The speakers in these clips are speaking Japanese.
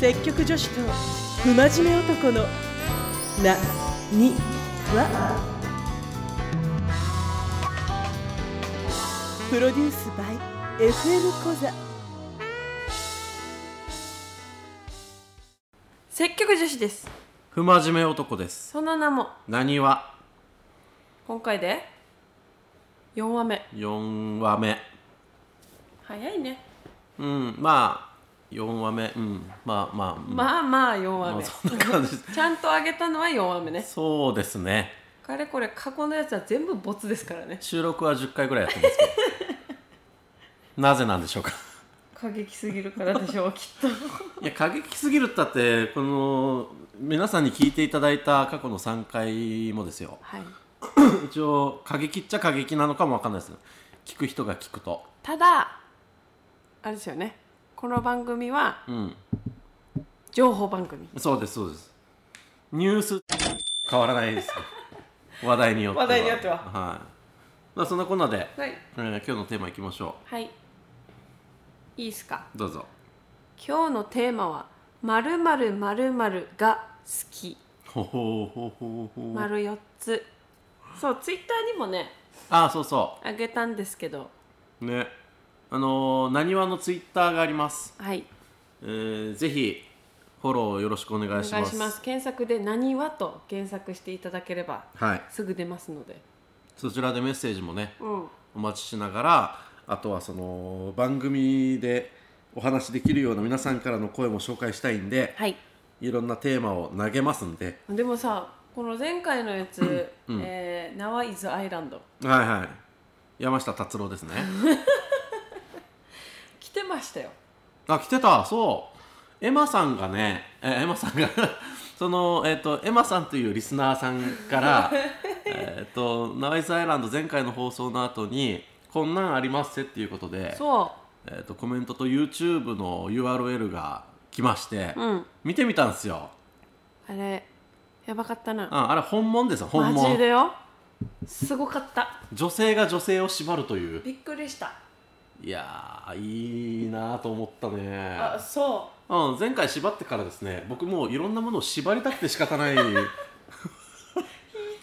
積極女子と不真面目男のなにはプロデュース by FM 小座積極女子です不真面目男ですその名も何は今回で4話目4話目早いねうんまあ4話目うんまあまあ、うんまあまあ4話ま目あそんな感じですちゃんと上げたのは4話目ねそうですねかれこれ過去のやつは全部ボツですからね収録は10回ぐらいやってますけ どなぜなんでしょうか過激すぎるからでしょうきっといや過激すぎるったってこの皆さんに聞いていただいた過去の3回もですよ はい一応過激っちゃ過激なのかもわかんないです聞く人が聞くとただあれですよねこの番組はうん情報番組そうですそうですニュース変わらない ですよ話題によっては、話題によってはいまあ、そんなこんなで、はいえー今日のテーマいきましょはいいいっすかうどうぞ今日のテーマは〇〇〇〇が好きほほうほほうほう丸4つそうツイッターにもねああそうそあげたんですけどうねあのーなにわのツイッターがあります、はいえーぜひフォローよろしくお願おいしま願いすします検索で「なにわ」と検索していただければはいすぐ出ますのでそちらでメッセージもねうんお待ちしながらあとはその番組でお話しできるような皆さんからの声も紹介したいんで、はいいろんなテーマを投げますんででもさこの前回のやつ「えー、ナワイズアイランドはいはい山下達郎です ね」来てましたよあ来てたそうエマさんがねえエマさんが そのえっ、とエマさんというリスナーさんから えっとナワイズアイランド前回の放送の後にこんなんありますってっていうことで、そえっとコメントと YouTube の URL が来まして、ううん見てみたんですよあれやばかったなああれ本物ですよ本マジ物でよすごかった女性が女性を縛るというびっくりしたいやーいいなと思ったねあそうん、前回縛ってからですね僕もういろんなものを縛りたくて仕方ないう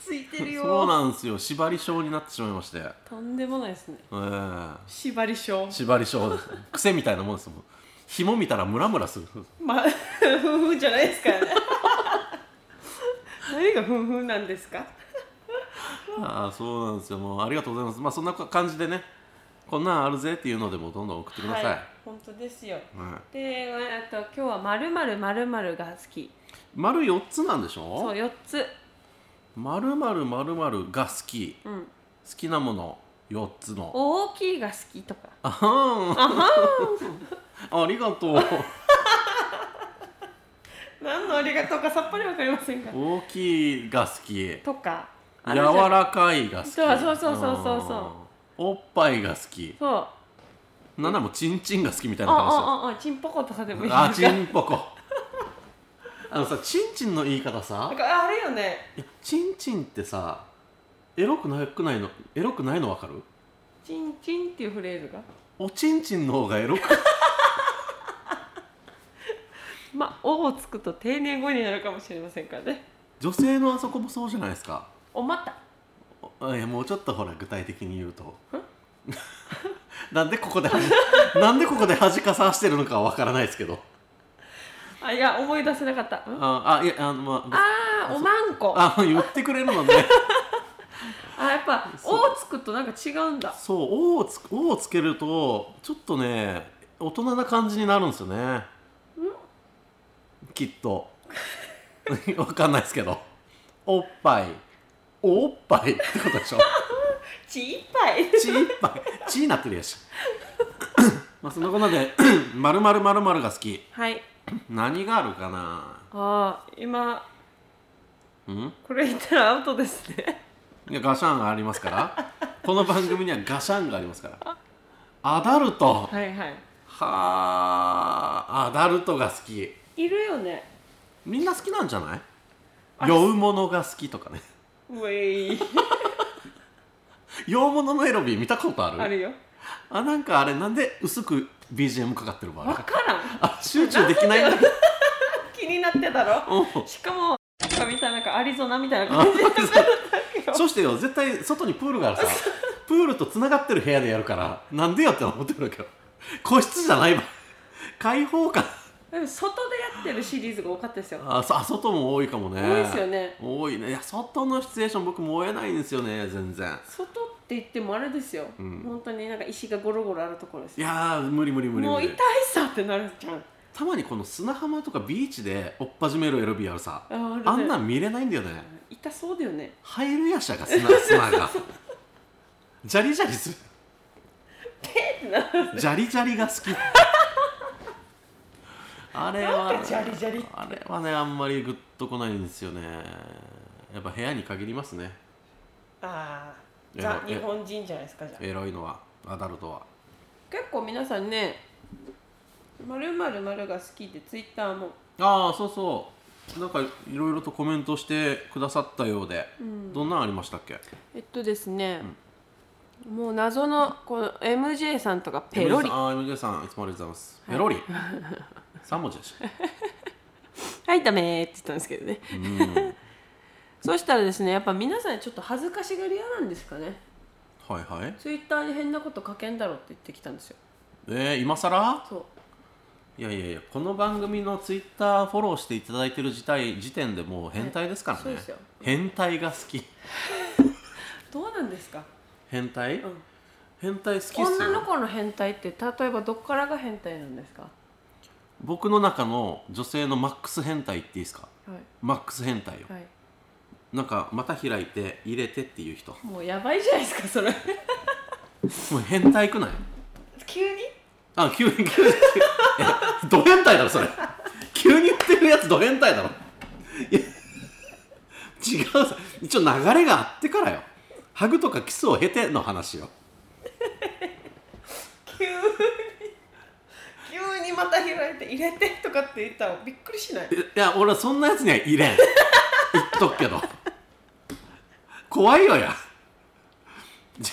ついてるそうよなんですよ縛り症になってしまいまして、え とんでもないですねえ縛り症縛り症です癖みたいなもんですもん紐見たらムラムラするまあ ふんふんじゃないですから ね何がふんふんなんですかああそうなんですよもうありがとうございますまあそんな感じでねこんなんあるぜっていうのでもどんどん送ってください、ははいい、本当ですよ丸であと今日はまるまるまるまるが好き丸4つなんでしそょう四つ丸々丸々が好きうん好きなもの4つの大きいが好きとかあはんありがとう 何のありがとうかさっぱりわかりませんが大きいが好きとかあ柔るじゃんらかいが好きそうそうそうそうそうそうんおっぱいが好きそうあなんならもうチンチンが好きみたいな話あああチンポコとかで もいいだあチですかンポコあのさチンチンの言い方さなんかあるよねえチンチンってさエロくなくないのエロくないのわかるチンチンっていうフレーズがおちんちんの方がエ ロくまあ「お」をつくと定年後になるかもしれませんからね女性のあそこもそうじゃないですかおまたおいやもうちょっとほら具体的に言 うとなんでここではじなんでここで恥かさしてるのかはわからないですけどあいや思い出せなかったんああいやあのまああーおまんこああ言ってくれるのねやっぱ「そうお」をつくとなんか違うんだそう「お」をつ「お」をつけるとちょっとね大人な感じになるんですよねきっと わかんないですけどおっぱいおっぱいってこと でしょちいっぱいちいっぱいちになってるやし まあそんなことで 「まるまるまるまるが好きはい何があるかなああ今うんこれ言ったらアウトですねいやガシャンがありますからこの番組にはガシャンがありますからアダルトはいはいはあアダルトが好きいるよねみんな好きなんじゃない酔うものが好きとかね うえい酔うもののエロビー見たことあるあるよあなんかあれなんで薄く BGM かかってる場分合からんあ集中できないんだけど気になってたろうんしかもなんかみたいななんかアリゾナみたいな感じで食べたけどそしてよ絶対外にプールが あるさプールとつながってる部屋でやるからなんでよって思ってるわけよ個室じゃないわ開放感でも外でやってるシリーズが多かったですよあそあ外も多いかもね多いですよね多いねいや外のシチュエーション僕燃えないんですよね全然外って言ってもあれですよ、うん本当になんか石がゴロゴロあるところですいやー無理無理無理も無う痛理いさってなるじゃんたまにこの砂浜とかビーチで追っ始める LB あるさああんるねなん見れないんだよね痛そうだよね入るやしゃが砂砂がジャリジャリするえなジャリジャリが好きあれはなんかジャリジャリってあれはねあんまりグッとこないんですよねやっぱ部屋に限りますねあーザえ日本人じゃないですかじゃエロいのはアダルトは結構皆さんね「まるまるまるが好きでツイッターもああそうそうなんかいろいろとコメントしてくださったようで、どんなんありましたっけえっとですね、もう謎のこの MJ さんとかペロリ MJ さんあー MJ さんいつもありがとうございますペ ロリ3文字でし「はいダメ」って言ったんですけどねた、うん、 そしたらですねやっぱ皆さんちょっと恥ずかしがり屋なんですかねはいはいツイッターに変なこと書けんだろって言ってきたんですよえー、今さらそういやいやいやこの番組のツイッターフォローしていただいてる時代時点でもう変態ですからねそうですよ変態が好きどうなんですか、変態、うん、変態好きっすよ女の子の変態って例えばどっからが変態なんですか、は僕の中の女性のマックス変態っていいですかいマックス変態よ、はい、なんか股開いて入れてっていう人もうやばいじゃないですかそれもう変態くない急にあ急に急に急にえド変態だろそれ急に言ってるやつド変態だろいや違うさ一応流れがあってからよハグとかキスを経ての話よ急に急にまた開いて入れてとかって言ったらびっくりしないいや俺はそんなやつには入れん言っとくけど怖いよや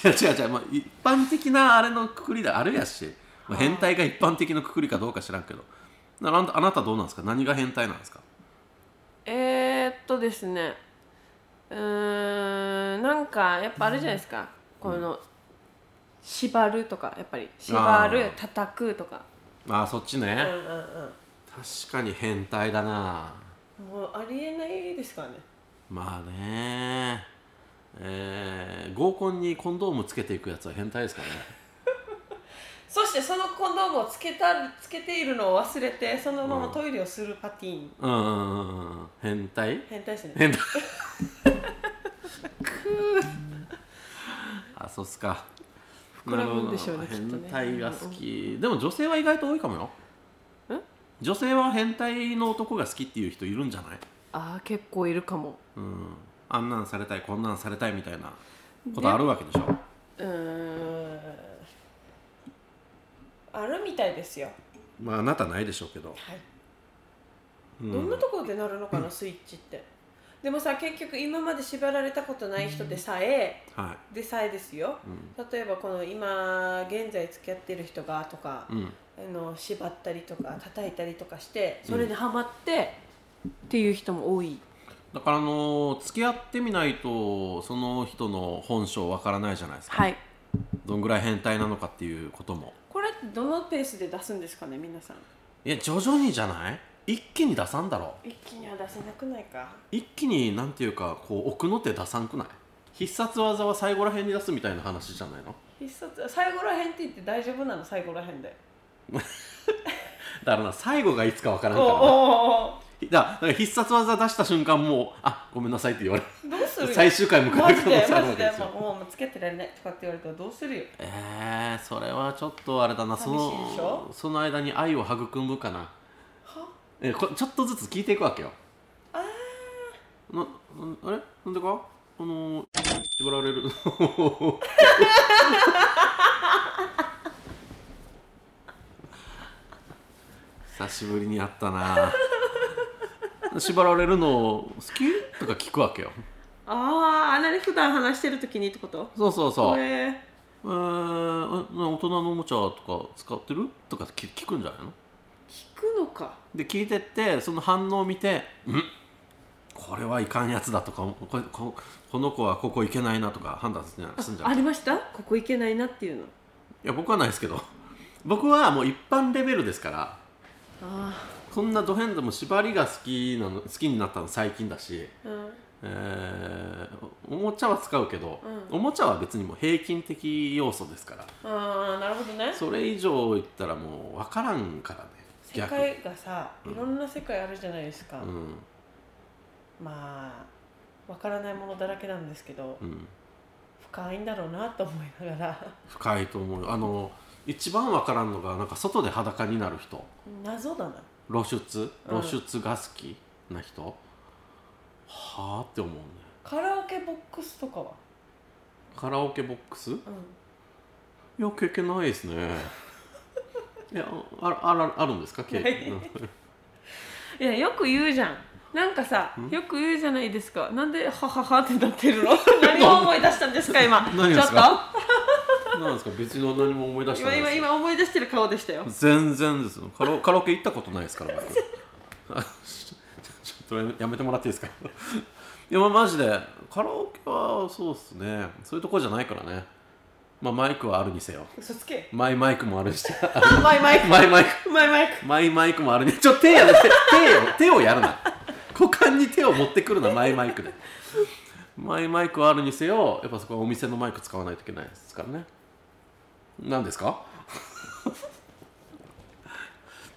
違う違う違う、まあ、一般的なあれのくくりであるやし、まあ、変態が一般的なくくりかどうか知らんけどなあんたあなたどうなんですか何が変態なんですかえー、っとですねうーんなんかやっぱあるじゃないですか、この縛るとかやっぱり縛あるー叩くとかまあそっちうんうね、ん確かに変態だなうんもうありえないですからねまあねえー合コンにコンドームつけていくやつは変態ですかねそしてそのコンドームをつけたつけているのを忘れてそのままトイレをするパティーン、うんうんうんうんうん変態変態ですね変だあそうっすか膨らむんでしょうねなるほきどっとね変態が好きでも女性は意外と多いかもよ女性は変態の男が好きっていう人いるんじゃないああ結構いるかもうんあんなんされたいこんなんされたいみたいなことあるわけでしょうーんあるみたいですよまああなたないでしょうけど、はいうんどんなところでなるのかな、スイッチってでもさ結局今まで縛られたことない人でさえはでさえですよいうん例えばこの今現在付き合ってる人がとか、うんあの縛ったりとか叩いたりとかしてそれでハマって、っていう人も多いだからあのー付き合ってみないとその人の本性わからないじゃないですか、はいどんぐらい変態なのかっていうこともこれってどのペースで出すんですかね皆さんいや徐々にじゃない一気に出さんだろ一気には出せなくないか一気になんていうかこう奥の手出さんくない必殺技は最後らへんに出すみたいな話じゃないの必殺最後らへんって言って大丈夫なの最後らへんでだからな最後がいつかわからんおかうらなおうおだだから必殺技出した瞬間もうあごめんなさいって言われるうどうする最終回迎マえるジ可能で性あマるわジけでですもようもうつけてられないとかって言われたらどうするよえー、それはちょっとあれだなそ寂しいでしょのその間に愛を育むかなはえこちょっとずつ聞いていくわけよあなうんあれなんでかあのー、縛られる久しぶりに会っ たな縛られるの好きとか聞くわけよあーあんなに普段話してる時にってことそうそうそう、えへーー、えな大人のおもちゃとか使ってるとか聞聞くんじゃないのくのかで聞いてってその反応を見て「んこれはいかんやつだ」とかこれこ「この子はここ行けないな」とか判断するんじゃすんじゃあないりましたここ行けないなっていうのいや僕はないですけど僕はもう一般レベルですからあこんなド変でも縛りが好きなの好きになったの最近だし、あうんえーおもちゃは使うけど、うんおもちゃは別にもう平均的要素ですからあーなるほどねそれ以上言ったらもう分からんからね世界がさいろんな世界あるじゃないですか、うんまあわからないものだらけなんですけどうん深いんだろうなと思いながら深いと思うよあの一番分からんのがなんか外で裸になる人謎だな露出うん露出が好きな人、はあって思うねカラオケボックスとかはカラオケボックスういや経験ないです ねいやああらあるんですか経験ないんいやよく言うじゃんなんかさんよく言うじゃないですかなんでハハハってなって るの何を思い出したんですか今何でちすょっかなんですか別に何も思い出としてな今いで今す今思い出してる顔でしたよ全然ですよカラオカラオケ行ったことないですから僕 あちょちょっとやめてもらっていいですか いやまあマジでカラオケはそうっすねそういうとこじゃないからねまあマイクはあるにせよ嘘つけマイマイクもあるし マイマイクマイマイクマイマイクマイマイクもあるね。ちょ、手やめて、手を、手をやるな。股間に手を持ってくるな、マイマイクで。マイマイクはあるにせよ、やっぱそこはお店のマイク使わないといけないですからね。何ですか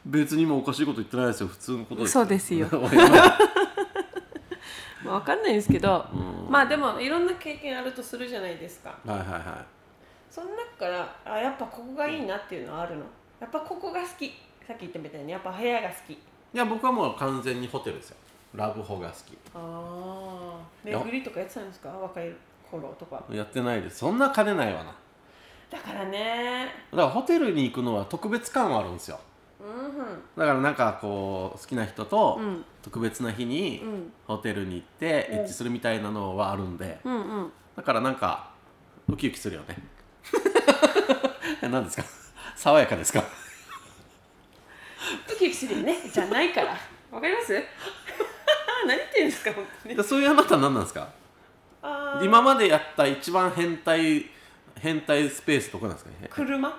別にもうおかしいこと言ってないですよ、普通のことです。そうです よまあ、分かんないんですけど、うんまあでもいろんな経験あるとするじゃないですかはいはいはその中からあやっぱここがいいなっていうのはあるのやっぱここが好きさっき言ったみたいにやっぱ部屋が好きい。いや、僕はもう完全にホテルですよ。ラブホが好き。ああ巡りとかやってたんですか若い頃とかやってないです。そんな金ないわな。だからねだからホテルに行くのは特別感はあるんですよ。うだからなんかこう、好きな人と、んうん特別な日にうんホテルに行ってうんエッチするみたいなのはあるんで、うんうんだからなんかウキウキするよね 何ですか爽やかですかウキウキするよねじゃないからわかります 何言ってるんですか本当にでそういうあなた何なんですかあー今までやった一番変態変態スペースどこなんですかね車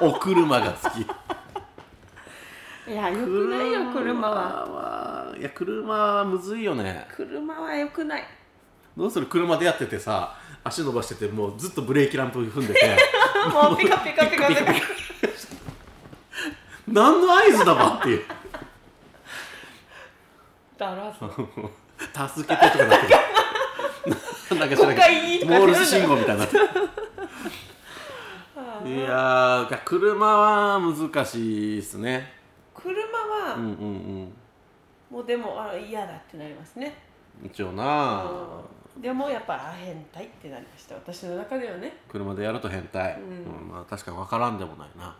お車が好きいやよくないよ車ははいや車はむずいよね車はよくないどうする車でやっててさ足伸ばしててもうずっとブレーキランプ踏んで てもうピカピカピカピカ何の合図だわっていうだらず助けてとかなってる なんか知らん誤解けとどかモールス信号みたい になってるあいーやー車は難しいですね車うんはうんもうでもあ嫌だってなりますねうん一応なでもやっぱあ変態ってなりました私の中ではね車でやると変態、うんうんまあ確かに分からんでもないな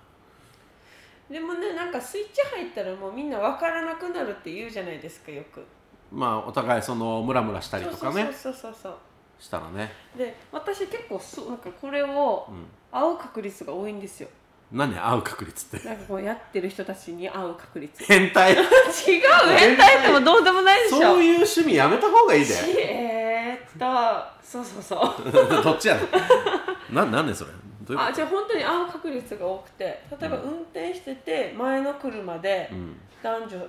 でもねなんかスイッチ入ったらもうみんな分からなくなるって言うじゃないですかよくまあお互いそのムラムラしたりとかねそうそうそうそうしたらね、そうで私結構そうなんかこれをうん、会う確率が多いんですよ何会う確率ってなんかこうやってる人たちに会う確率違う変態変態でもどうでもないでしょそういう趣味やめた方が いいで えー、っとそうそうそうどっちやねんななんでそれどういうこあじゃあ本当に会う確率が多くて例えばうん運転してて前の車でとうん男女、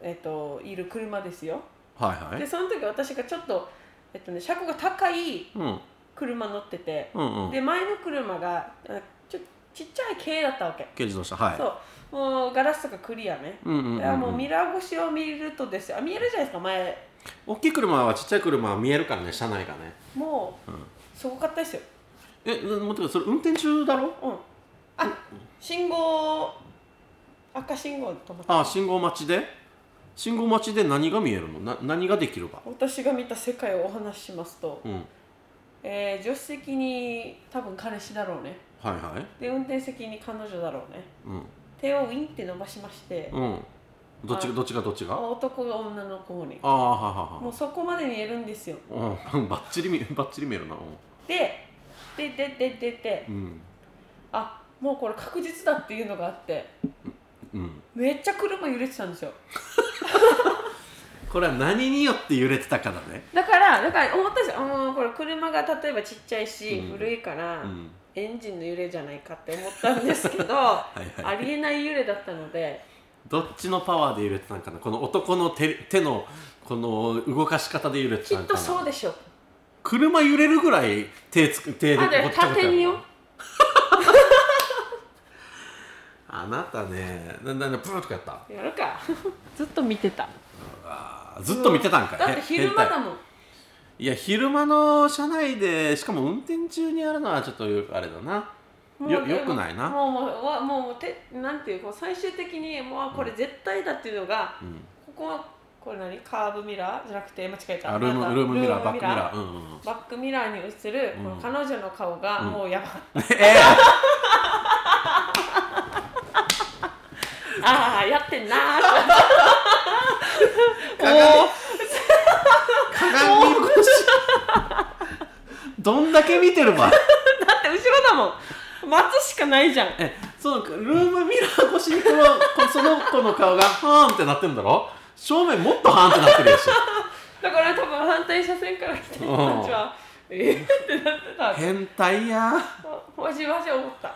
えっといる車ですよはいはでいその時私がちょっと、えっとね、車高が高いうん車乗っててうんうんで前の車があちょちっちゃい軽だったわけ、軽自動車はいそうもうガラスとかクリアね、うんうんうんうんいやもうミラー越しを見るとですよあ見えるじゃないですか前大きい車はちっちゃい車は見えるからね車内がね、もうん、うすごかったですよえな待ってくださいそれ運転中だろうんあ信号赤信号止まったあ信号待ちで信号待ちで何が見えるのな何ができれば私が見た世界をお話ししますと、うんえー助手席に多分彼氏だろうねはいはいで運転席に彼女だろうねうん手をウィンって伸ばしまして、うんどっちあがどっちがどっちがあ男が女の子にあーははもうそこまで見えるんですよははうんバ ッチリ見えバッチリ見えるなででででででうんあもうこれ確実だっていうのがあってうん、めっちゃ車揺れてたんですよこれは何によって揺れてたかだねだからだから思ったんですよあもうこれ車が例えばちっちゃいし、うん古いから、うんエンジンの揺れじゃないかって思ったんですけどい はいありえない揺れだったのでどっちのパワーで揺れてたんかなこの男の手手のこの動かし方で揺れてきたっんとかなそうでしょう車揺れるぐらい手つく手であほでっちゃけた縦によあなたねなななプルとかやったやる かずっと見てたあーずっと見てたんかいだって昼間だ変態もんいや昼間の車内でしかも運転中にやるのはちょっとよあれだなもうよでもよくないなもうもうわもうもうてなんていうこう最終的にもうこれ絶対だっていうのが、うんこここれ何カーブミラーじゃなくて間違えたあルーなんムだルームミラーバックミバッラークミラーうんうんうんバックミラーに映るこうんの彼女の顔がうんもうやばかった、ええああやって んなーって鏡鏡越し どんだけ見てるばだって後ろだもん待つしかないじゃんえそのルームミラー越しにこのこその子の顔がハーンってなってるんだろ正面もっとハーンってなってるやしだから多分反対車線から来てる人たちはえー、ってなってた変態やわしわし思った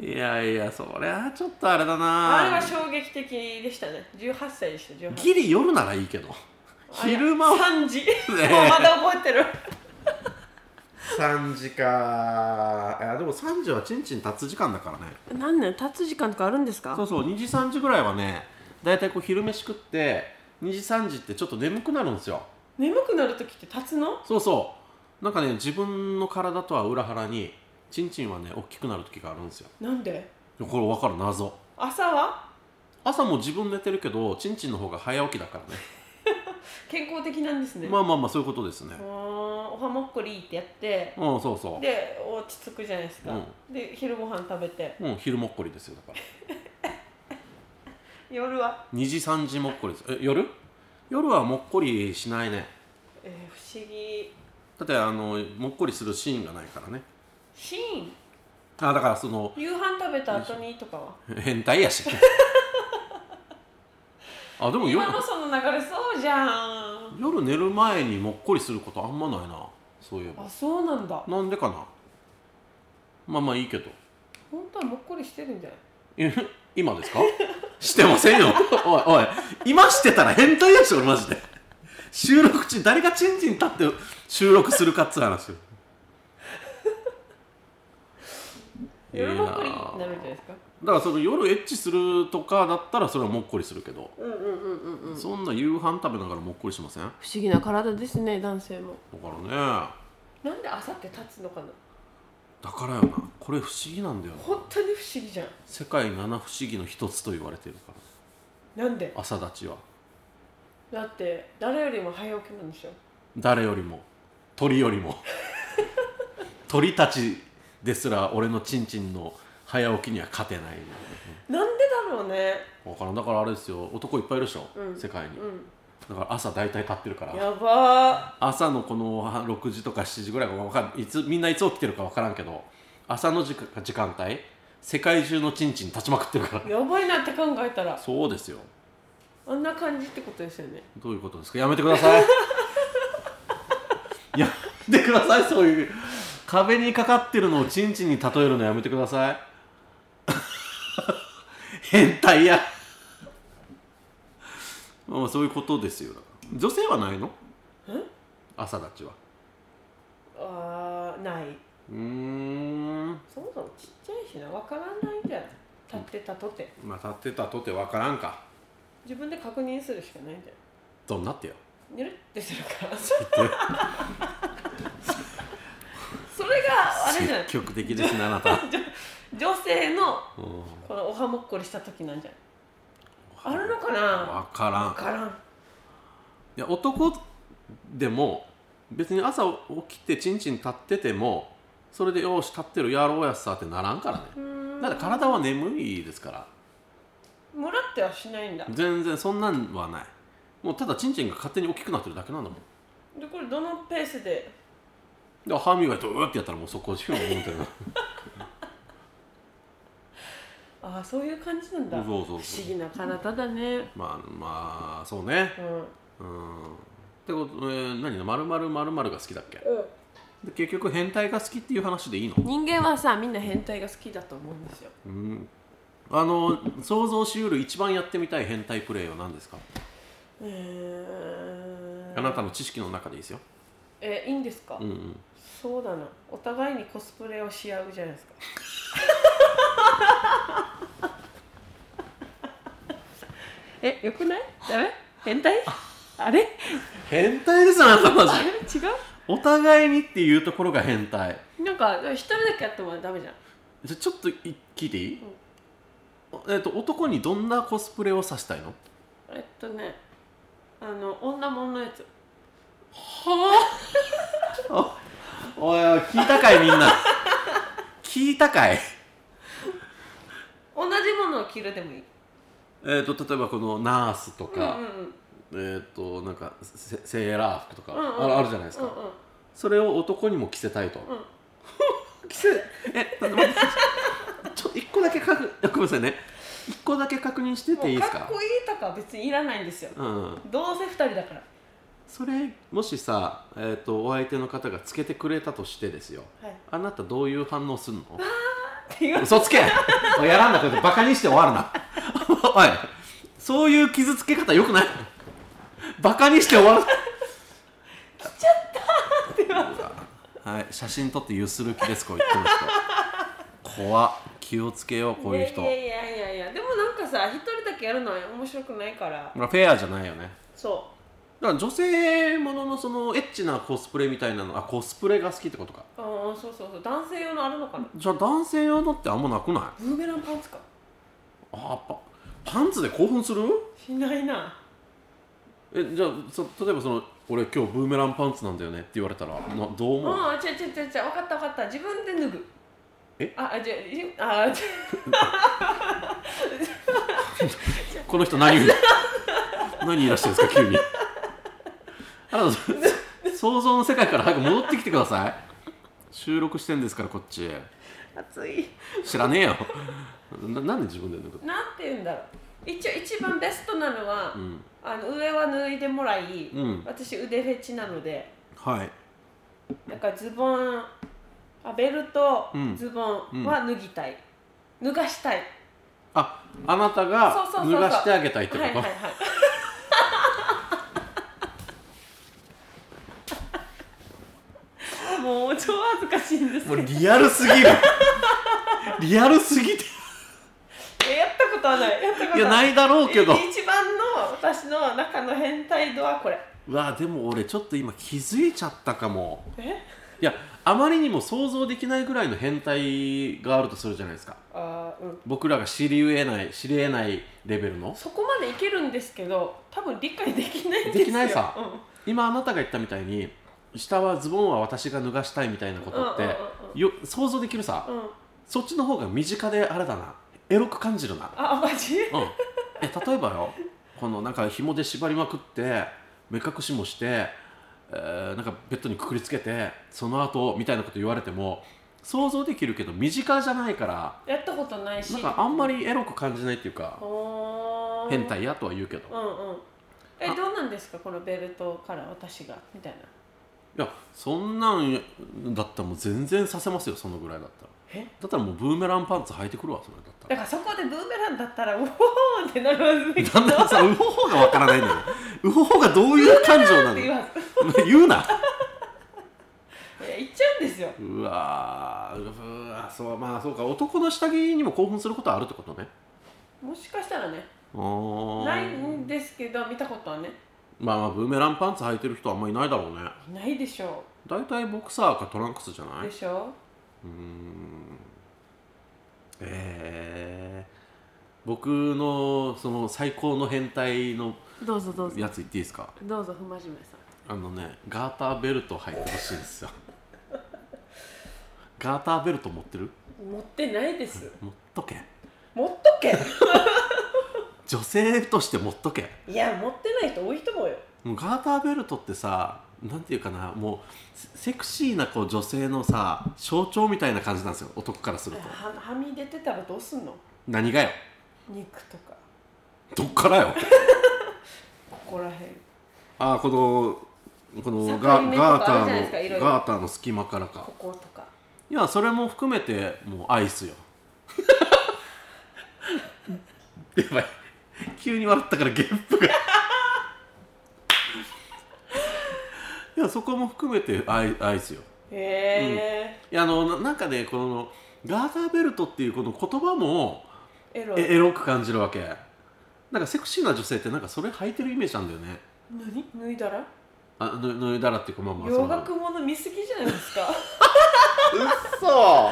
いやいやそりゃちょっとあれだあれなは衝撃的でしたね18歳でした18歳ギリ夜ならいいけど昼間は3時、え もうまだ覚えてる3時かいやでも3時はちんちん立つ時間だからね何年経つ時間とかあるんですかそうそう2時3時ぐらいはね大体こう昼飯食って2時3時ってちょっと眠くなるんですよ眠くなる時って立つのそうそうなんかね自分の体とは裏腹にちんちんはね大きくなる時があるんですよなんでこれ分かる謎朝は朝も自分寝てるけどちんちんの方が早起きだからね健康的なんですね、まあまあまあそういうことですねあーおはもっこりってやってうんそうそで落ち着くじゃないですか、うで昼ご飯食べてううん昼もっこりですよだから夜は、 2時3時もっこりですえ夜夜はもっこりしないねえー不思議だってあのもっこりするシーンがないからねシーンあだからその夕飯食べた後にとかは変態やし あでも夜今のその流れそうじゃん夜寝る前にもっこりすることあんまないなそういえばあそうなんだなんでかなまあまあいいけど本当はもっこりしてるんじゃないえ 今ですかしてませんよおいおい今してたら変態やし俺マジで収録中誰がチンチン立って収録するかっつう話 よ夜もっこりにいいなるんじゃないですかだからその夜エッチするとかだったらそれはもっこりするけど、うんうんうんうんうんそんな夕飯食べながらもっこりしませんだか不思議な体ですね男性もらねなんで朝って立つのかなだからよなこれ不思議なんだよな本当に不思議じゃん世界七不思議の一つと言われてるかなんでら朝立ちはだって誰よりも早起きなんでしょ誰よりも鳥よりも 鳥たちですら俺のチンチンの早起きには勝てないなんでだろうね分からんだからあれですよ男いっぱいいるでしょ、うん世界にうだから朝大体立ってるかんらやば朝のこのは6時とか7時ぐらいかわかんいつみんないつ起きてるか分からんけど朝の時間時間帯世界中のチンチン立ちまくってるからーやばいなって考えたらそうですよあんな感じってことですよねどういうことですかやめてくださいやめてくださいそういう壁にかかってるのをチンチンに例えるのやめてください 変態やまあまあそういうことですよだから女性はないの朝立ちはあーないうーんそもそもちっちゃいしなわからないんじゃない立ってたとてまあ立ってたとてわからんか自分で確認するしかないんじゃどんなってよないぬるってする からそれがあれじゃない 積極的ですねあなた、 女性のうん、このおはもっこりした時なんじゃないあるのかなわからん分からんいや男でも別に朝起きてチンチン立っててもそれでよーし立ってるやろうやっさってならんからねうーんだって体は眠いですからもらってはしないんだ全然そんなんはないもうただチンチンが勝手に大きくなってるだけなんだもんでこれどのペースでで歯磨いてうーってやったらもうそこしか思うてるああそういう感じなんだそうそうそ不う思議な体だね まあまあそうねうん、うんってことえー、何の〇〇〇〇が好きだっけで結局変態が好きっていう話でいいの人間はさみんな変態が好きだと思うんですようんあの想像しうる一番やってみたい変態プレイは何ですかえーあなたの知識の中でいいですよえいいんですか、うんうんそうだなお互いにコスプレをし合うじゃないですか えよくないダメ変態あれ変態ですあなたマジあれ違お互いにっていうところが変態うなんか一人だけやってもダメじゃんじゃちょっとい聞いていい、えっと男にどんなコスプレをさせたいのえっとねあの女もんのやつおいおい聞いたかいみん な聞いたかい同じものを着るでもいいえっと例えばこのナースとうんうんか、えっとなんかセセーラー服とか、うんうんああるじゃないですうんか、うんうんそれを男にも着せたいと、着せえ待ってちょっと一個だけ確 ごめんなさいね一個だけ確認してていいですかもうかっこいいとかは別にいらないんですようんどうせ二人だからそれもしさ、えー、とお相手の方がつけてくれたとしてですよはいあなたどういう反応するのっていう嘘つけ おいやらんなことバカにして終わるな おいそういう傷つけ方よくないバカにして終わる来ちゃったはい写真撮ってゆする気ですこう言ってました怖っ気をつけようこういう人いやいやいやいやでもなんかさ一人だけやるのは面白くないからまあフェアじゃないよねそだから女性もののそのエッチなコスプレみたいなのあコスプレが好きってことかううんそうそうそう男性用のあるのかなじゃあ男性用のってあんまなくないブーメランパンツかあパパンツで興奮するしないなえじゃあそ例えばその俺今日ブーメランパンツなんだよねって言われたらなどう思うああ違う違う違う違う分かった分かった自分で脱ぐえああじゃああ違う この人 何言う何言い出してるんですか急にあなたそ想像の世界から早く戻ってきてください収録してんですからこっち熱い知らねえよななんで自分で脱ぐなんて言うんだろう一応一番ベストなのは、うんあの上は脱いでもらい、うん私腕フェチなのではいなんかズボンあベルト、うんズボンは脱ぎたい、脱がしたいああなたそうがそうそうそ脱うがしてあげたいってことはいはいはいもう超恥ずかしいんですもけどうリアルすぎるリアルすぎてえやったことはないやったこといやないだろうけどえ一番の私の中の変態度はこれうわでも俺ちょっと今気づいちゃったかもえいやあまりにも想像できないぐらいの変態があるとするじゃないですかあーうん僕らが知り得ない知り得ないレベルのそこまでいけるんですけど多分理解できないんですよできないさうん今あなたが言ったみたいに下はズボンは私が脱がしたいみたいなことっうんてよ想像できるさうんうんうん、そっちの方が身近であれだなエロく感じるなあマジうんえ例えばよこのなんか紐で縛りまくって目隠しもして、えーなんかベッドにくくりつけてその後みたいなこと言われても想像できるけど身近じゃないからやったことないしなんかあんまりエロく感じないっていうかおー変態やとは言うけどうんうんえあどうなんですかこのベルトから私がみたいないやそんなんだったらもう全然させますよそのぐらいだったらえだったらもうブーメランパンツ履いてくるわそれだっただらからそこでブーメランだったらう おーってなるはずだけどなんだか さウホホがわからないんだよウホホがどういう感情なっのて言わず言うないや言っちゃうんですようわーうわーそうまあそうか男の下着にも興奮することはあるってことねもしかしたらねおーないんですけど見たことはねまあまあブーメランパンツ履いてる人はあんまいないだろうねないでしょ大体ボクサーかトランクスじゃうないでうしょーんえー、僕のその最高の変態のうどうぞどうやつ言っていいですかどうぞ不真面目さんあのねガーターベルト履いてほしいんですよガーターベルト持ってる持ってないです持っとけ持っとけ女性として持っとけいや持ってない人多いと思うよもうガーターベルトってさなんていうかなもうセセクシーなこう女性のさ象徴みたいな感じなんですよ男からするとははみ出てたらどうすんの何がよ肉とかどっからよここら辺 ああこのこのガ境目とガーかタあるじゃないですかーいろのいろガーターの隙間からかこことかいやそれも含めてもうアイスよ やばい急に笑ったからゲッ プがいやそこも含めてアイアイスよへいやあのななんかねこのガーターベルトっていうこの言葉もえエロえエロく感じるわけなんかセクシーな女性ってなんかそれ履いてるイメージなんだよね何脱いだらあぬ脱いだらっていうかまあまあ洋楽もの見すぎじゃないですか そ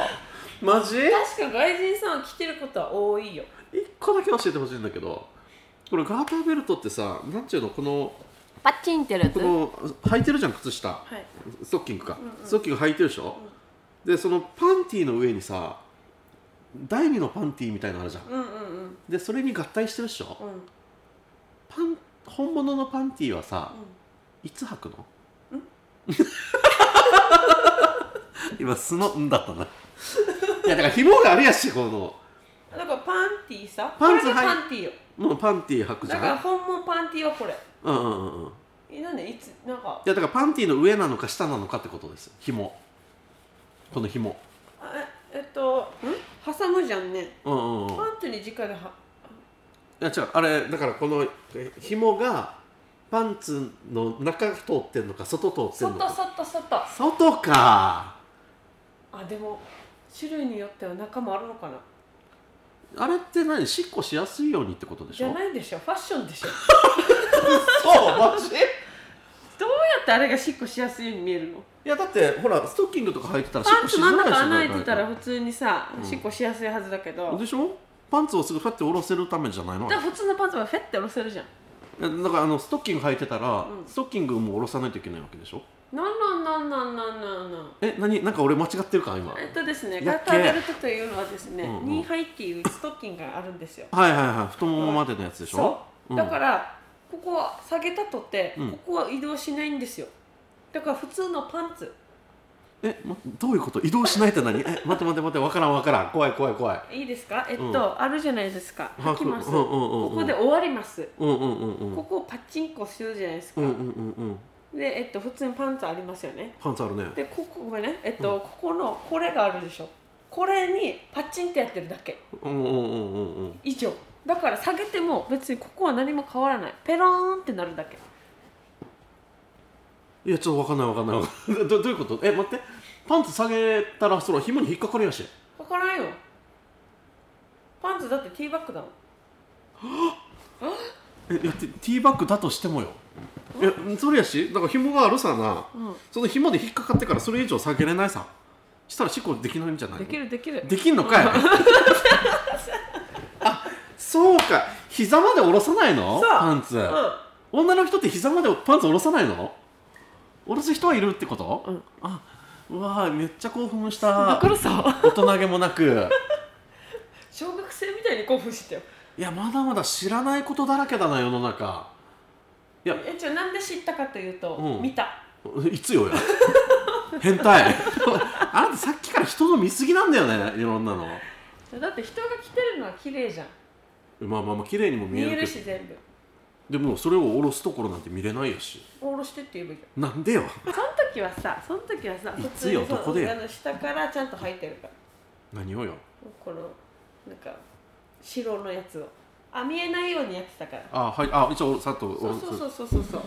マジ確か外人さんは着てることは多いよ一個だけ教えてほしいんだけどこれガーターベルトってさなんていうのこのパチンってるやつこの履いてるじゃん靴下はいストッキングか、うんうんストッキング履いてるでしょ、でそのパンティーの上にさ第二のパンティーみたいなのあるじゃんうんうんでそれに合体してるでしょうんうんパン本物のパンティーはさいつ履くの 今素の「ん」だったないやだから紐があるやしこのだからパンティーさパンツこれがはいパンティーよもうパンティー履くじだからゃん本物パンティーはこれうんうんうんうんえなんでいつなんかいやだからパンティーの上なのか下なのかってことです紐この紐あええっと挟むじゃんねうんうんうんいパンツに直ではや違うあれだからこのえ紐がパンツの中通ってんのか外通ってんの外か外外外かあでも種類によっては仲もあるのかなあれって何しっこしやすいようにってことでしじょゃないでしょファッションでしょそうマジどうやってあれがしっこしやすいように見えるのいやだってほらストッキングとか履いてたらしっパンこしツづ真んらいでしょ中穴開いてたら誰普通にさ、うんしっこしやすいはずだけど、かでしょパンツをすぐファって下ろせるためじゃないのだから普通のパンツはフェッて下ろせるじゃんだからあのストッキング履いてたら、うんストッキングも下ろさないといけないわけでしょなんなんなんなんなんなんなんえ何なんか俺間違ってるか今えっとですね、やガっーけターベルトというのはですね、うんうんニーハイっていうストッキングがあるんですよ。はいはいはい太ももまでのやつでしそょう。んだから、ここは下げたとって、うんここは移動しないんですよ。だから普通のパンツ、え、ま、どういうこと移動しないって何え待って待って待ってわからんわからん怖い怖い怖いいいですか？えっと、うんあるじゃないですか。履きます。うんうんうんうんここで終わります。うんうんうんうんここをパチンコするじゃないですか。うんうんうんうんで、えっと普通のパンツありますよね。パンツあるねで、ここごめんね、えっと、ここのこれがあるでしょ。これにパチンってやってるだけ。うんうんうんうんうん以上だから下げても別にここは何も変わらないペローンってなるだけいやちょっとわかんないわかんないわかんないどどういうことえ待ってパンツ下げたらその紐に引っかかるやし分からんよパンツだってティーバッグだもんえいやティティーバッグだとしてもよえそれやしだから紐があるさな、うんその紐で引っかかってからそれ以上下げれないさしたら執行できないんじゃないできるできるできん のかいあそうか膝まで下ろさないのそうパンツ、う女の人って膝までパンツ下ろさないの下ろす人はいるってこと、うんあうわーめっちゃ興奮しん だたからさ大人げもなく小学生みたいに興奮してたよいやまだまだ知らないことだらけだな世の中いやえじゃあなんで知ったかというと、うん見た いつよや変態 あなたさっきから人の見過ぎなんだよねいろんなのだって人が着てるのは綺麗じゃんまあまあまあ綺麗にも見見ええるけどるし全部でもそれを下ろすところなんて見れないやしおろしてって言えばいいじなんでよゃんその時はさその時はさい普つ通よにそうどこでよあの下からちゃんと履いてるから何をよこのなんか白のやつをあ見えないようにやってたからあはいあ一応さっとおそうそうそうそうそうそう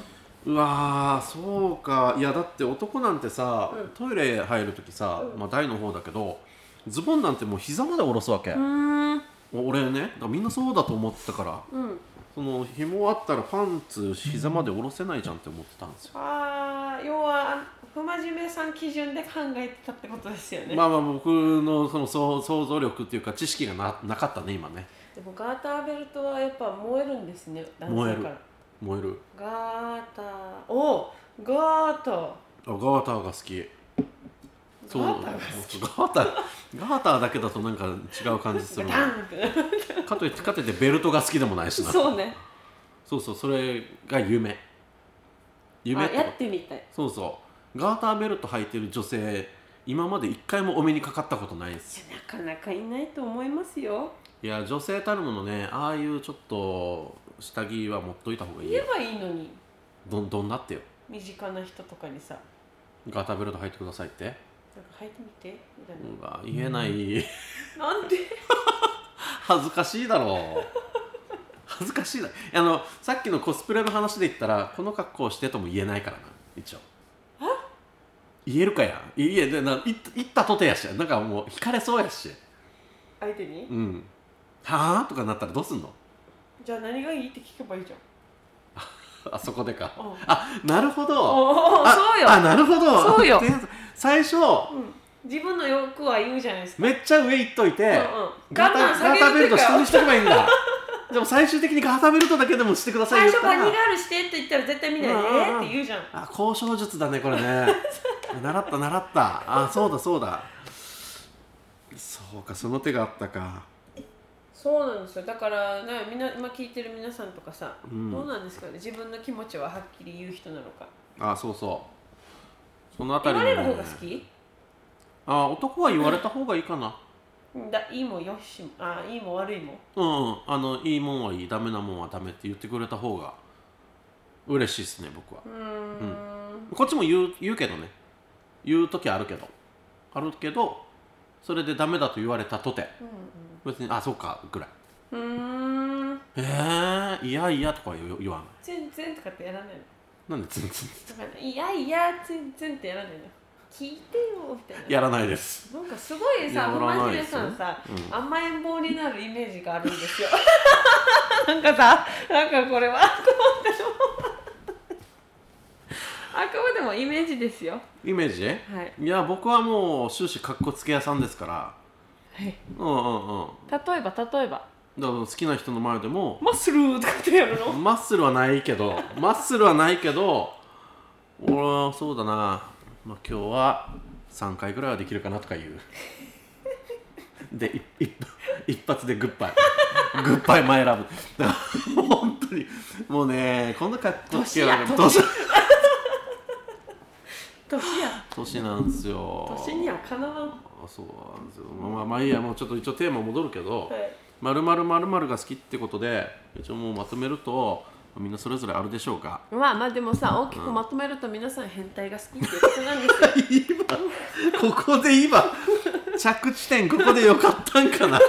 うわーそうかいやだって男なんてさ、うんトイレ入る時さ、うんまあ、台の方だけどズボンなんてもう膝まで下ろすわけ、うん俺ねだからみんなそうだと思ってたからうんその紐あったらパンツ膝まで下ろせないじゃんって思ってたんですよ、ああ要は不真面目さん基準で考えてたってことですよね、まあまあ僕のその想想像力っていうか知識がななかったね今ねでもガーターベルトはやっぱ燃えるんですね男燃え性るから燃えるガーターおガーターあガーターが好きそうガーターがガーターガーターだけだとなんか違う感じするガなンってなるかといってかといってベルトが好きでもないしなそうねそうそうそれが夢夢っあてやこってみたいとそうそうガーターベルト履いてる女性今まで一回もお目にかかったことないですなかなかいないと思いますよいや女性たるものねああいうちょっと下着は持っといた方がいい言えよばいいのにどんどんなってよ身近な人とかにさ「ガタベルト履いてくださいってなんか履いてみて」みたいうわ言えないななんで恥ずかしいだろう恥ずかしいだあのさっきのコスプレの話で言ったらこの格好をしてとも言えないからな一応言えるかやんいいえでな言った言ったとてやしなんかもう惹かれそうやし相手にうんはあとかなったらどうすんのじゃあ何がいいって聞けばいいじゃんあそこでかおうあなるほどおうあそうよあなるほどそう よってやつ最初うん自分の欲は言うじゃないですかめっちゃ上行っといて、うんうんガ我慢タ下ガげタベるルってトか下にしてけばいいんだでも最終的にガタベルトだけでもしてください最よ初バニガールしてって言ったら絶対みんなうんうんうんえーって言うじゃんあ交渉術だねこれ ね習った習ったあそうだそうだそうかその手があったかそうなんですよだからねみんな今聞いてる皆さんとかさ、うんどうなんですかね自分の気持ちははっきり言う人なのかあそうそうそのあた言りわもれねる方が好きあ男は言われた方がいいかなだいいもよしもあいいも悪いもうん、うん、あのいいもんはいいダメなもんはダメって言ってくれた方が嬉しいですね僕はうーんこっちも言う言うけどね言う時あるけどあるけどそれでダメだと言われたとて別にあそうかぐらいうんうんうーんえー、いやいやとかは言わ言わない全然とかってやらないのなんで全然だからいやいや全然ってやらないの聞いてよみたいなやらないです。なんかすごいさ、やマらジないでですよさんさ、うん甘えん坊になるイメージがあるんですよ。 なんかさ、なんかこれはあくまでもあくまでもイメージですよ。はイメージ、い、い。や僕はもう終始かっこつけ屋さんですからはい、例うんうんうんえば例えば、だから好きな人の前でもマッスルーとかってやるのマッスルはないけどマッスルはないけど俺はそうだな、まあ、今日は3回ぐらいはできるかなとか言うでいい一発でグッバイグッバイマイラブだから本当にもうねこんな格好つけやがって年年や、年なんですよ年にはかなわん。はあそうなんですよまあまあまあいいやもうちょっと一応テーマ戻るけどい。 「まるまるまるまるが好きってことで一応もうまとめるとみんなそれぞれあるでしょうがまあまあでもさ、大きくまとめると皆さん変態が好きってことなんですよ。ここで今着地点ここでよかったんか なわ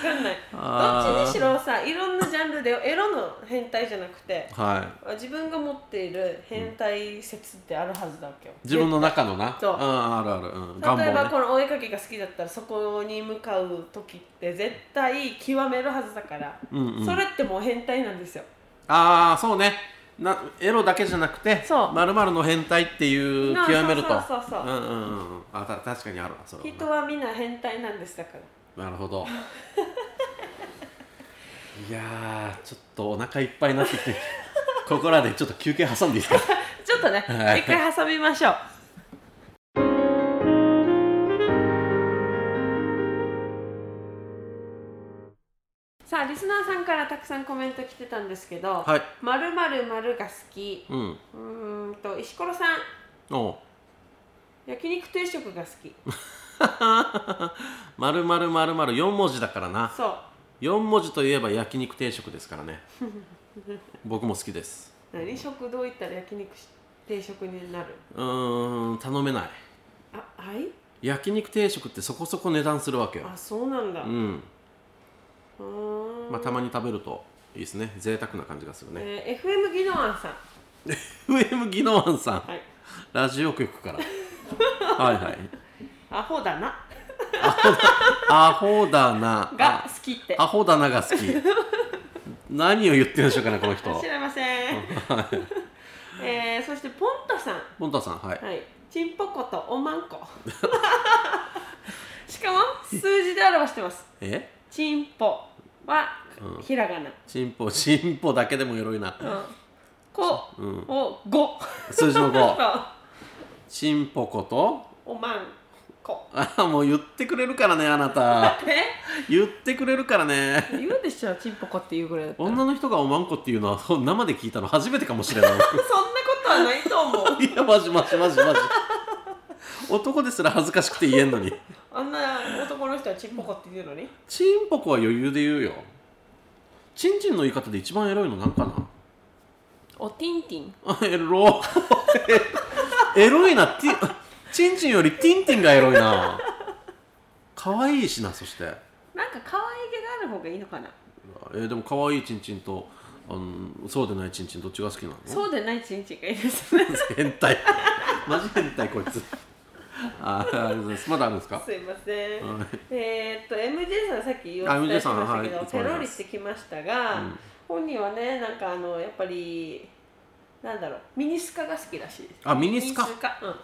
かんない。あーどっちにしろさ、いろんなジャンルでエロの変態じゃなくて、はい自分が持っている変態説ってあるはずだっけよ、自分の中のなそうんあるある、うん、願望例えばねこのお絵かきが好きだったらそこに向かう時って絶対極めるはずだから、うんうんそれってもう変態なんですよああそうねなエロだけじゃなくてそうまるまるの変態っていうなあ極めるとそうそうそうそうんうんうんあた確かにあるわそれは人はみんな変態なんですだからなるほど いやーちょっとお腹いっぱいになってき てここらでちょっと休憩挟んでいいですかちょっとねはい一回挟みましょうさあリスナーさんからたくさんコメント来てたんですけどはい「まるまるまるが好き」うんうーんと石ころさんおう 焼肉定食が好きまるまるまるまる4文字だからなそう4文字といえば焼肉定食です からね僕も好きです何食堂行ったら焼肉し定食になるうーん頼めないあはい焼肉定食ってそこそこ値段するわけよあそうなんだううんーんまあたまに食べるといいですね贅沢な感じがするねえー FM 技能案さん FM 技能庵さんはいラジオ局から はいはいアホだなアホだなが好きってアホだなが好き何を言ってるんでしょうかねこの人知らません えー、そしてポンタさんモンタさんはいはいチンポコとおまん こしかも数字で表してますえチンポはうんひらがな、チンポチンポだけでもエロいなうん、こうんを5数字の5 そチンポことうおまんこあもう言ってくれるからねあなたえ言ってくれるからね言うでしょチンポコっていうぐらいだったら女の人がおまんこっていうのはそう生で聞いたの初めてかもしれないそ んなことはないと思ういやマジマジマジマジ男ですら恥ずかしくて言えんのにあんな男の人はちんぽこって言うのにチンポコは余裕で言うよチンチンの言い方で一番エロいのなんかなおティンティンあ エロエロいなティチンチンよりティンティンがエロいな可愛いしなそしてなんか可愛げがある方がいいのかなえーでも可愛いチンチンとあのそうでないチンチンどっちが好きなのそうでないちんちんがいいです ね変態マジ変態こいつあーありがとうございますまだあるんですかすいませんはいえーっと MJ さんさっき言おうあとしてま MJ しさんたけど、はいペいつもありがとうございますロリしてきましたが、うん本人はねなんかあのやっぱりなんだろうミニスカが好きらしいですあミニスミカニスカうん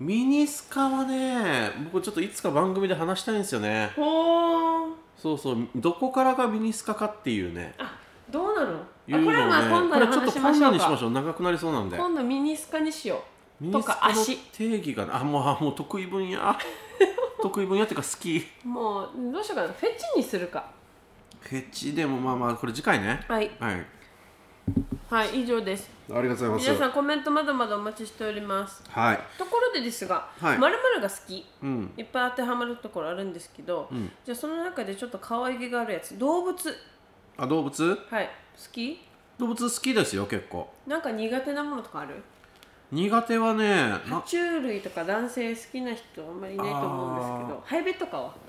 ミニスカはね僕ちょっといつか番組で話したいんですよねほーそうそうどこからがミニスカかっていうねあどうなのいうあのこをれはまあね今こ度れのちょっと話しましょ今度うにしまかしょう長くなりそうなんで今度ミニスカにしよミニスカとかの足定義がねあもうあもう得意分野 得意分野っていうか好きうもうどうしようかなフェチにするかフェチでもまあまあこれ次回ねはいはいありはい以上ですがとうございます皆さんコメントまだまだお待ちしておりますはいところでですが「はいまるが好き」うんいっぱい当てはまるところあるんですけど、うんじゃあその中でちょっと可愛げがあるやつ動物あ動物はい好き動物好きですよ結構なんか苦手なものとかある苦手はねな爬虫類とか男性好きな人あんまりいないと思うんですけどハイベとかは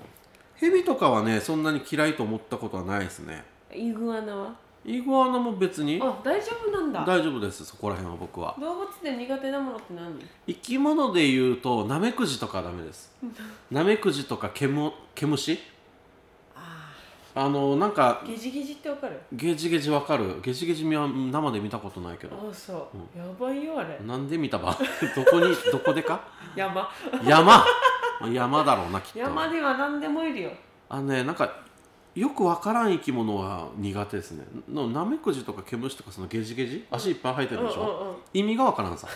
蛇とかはねそんなに嫌いと思ったことはないですねイグアナはイグアナも別にあ大丈夫なんだ大丈夫ですそこら辺は僕は動物で苦手なものって何生き物で言うとナメクジとかはダメです ナメクジとかケムケムシああのなんかゲジゲジってわかるゲジゲジわかるゲジゲジは生で見たことないけどあそうやばいよあれなんで見たば どこにどこでか山山山だろうなきっと山では何でもいるよあのねなんかよくわからん生き物は苦手ですねのナメクジとかケムシとかそのゲジゲジ足いっぱい生えてるでしょ、うんうんうん意味がわか らんさ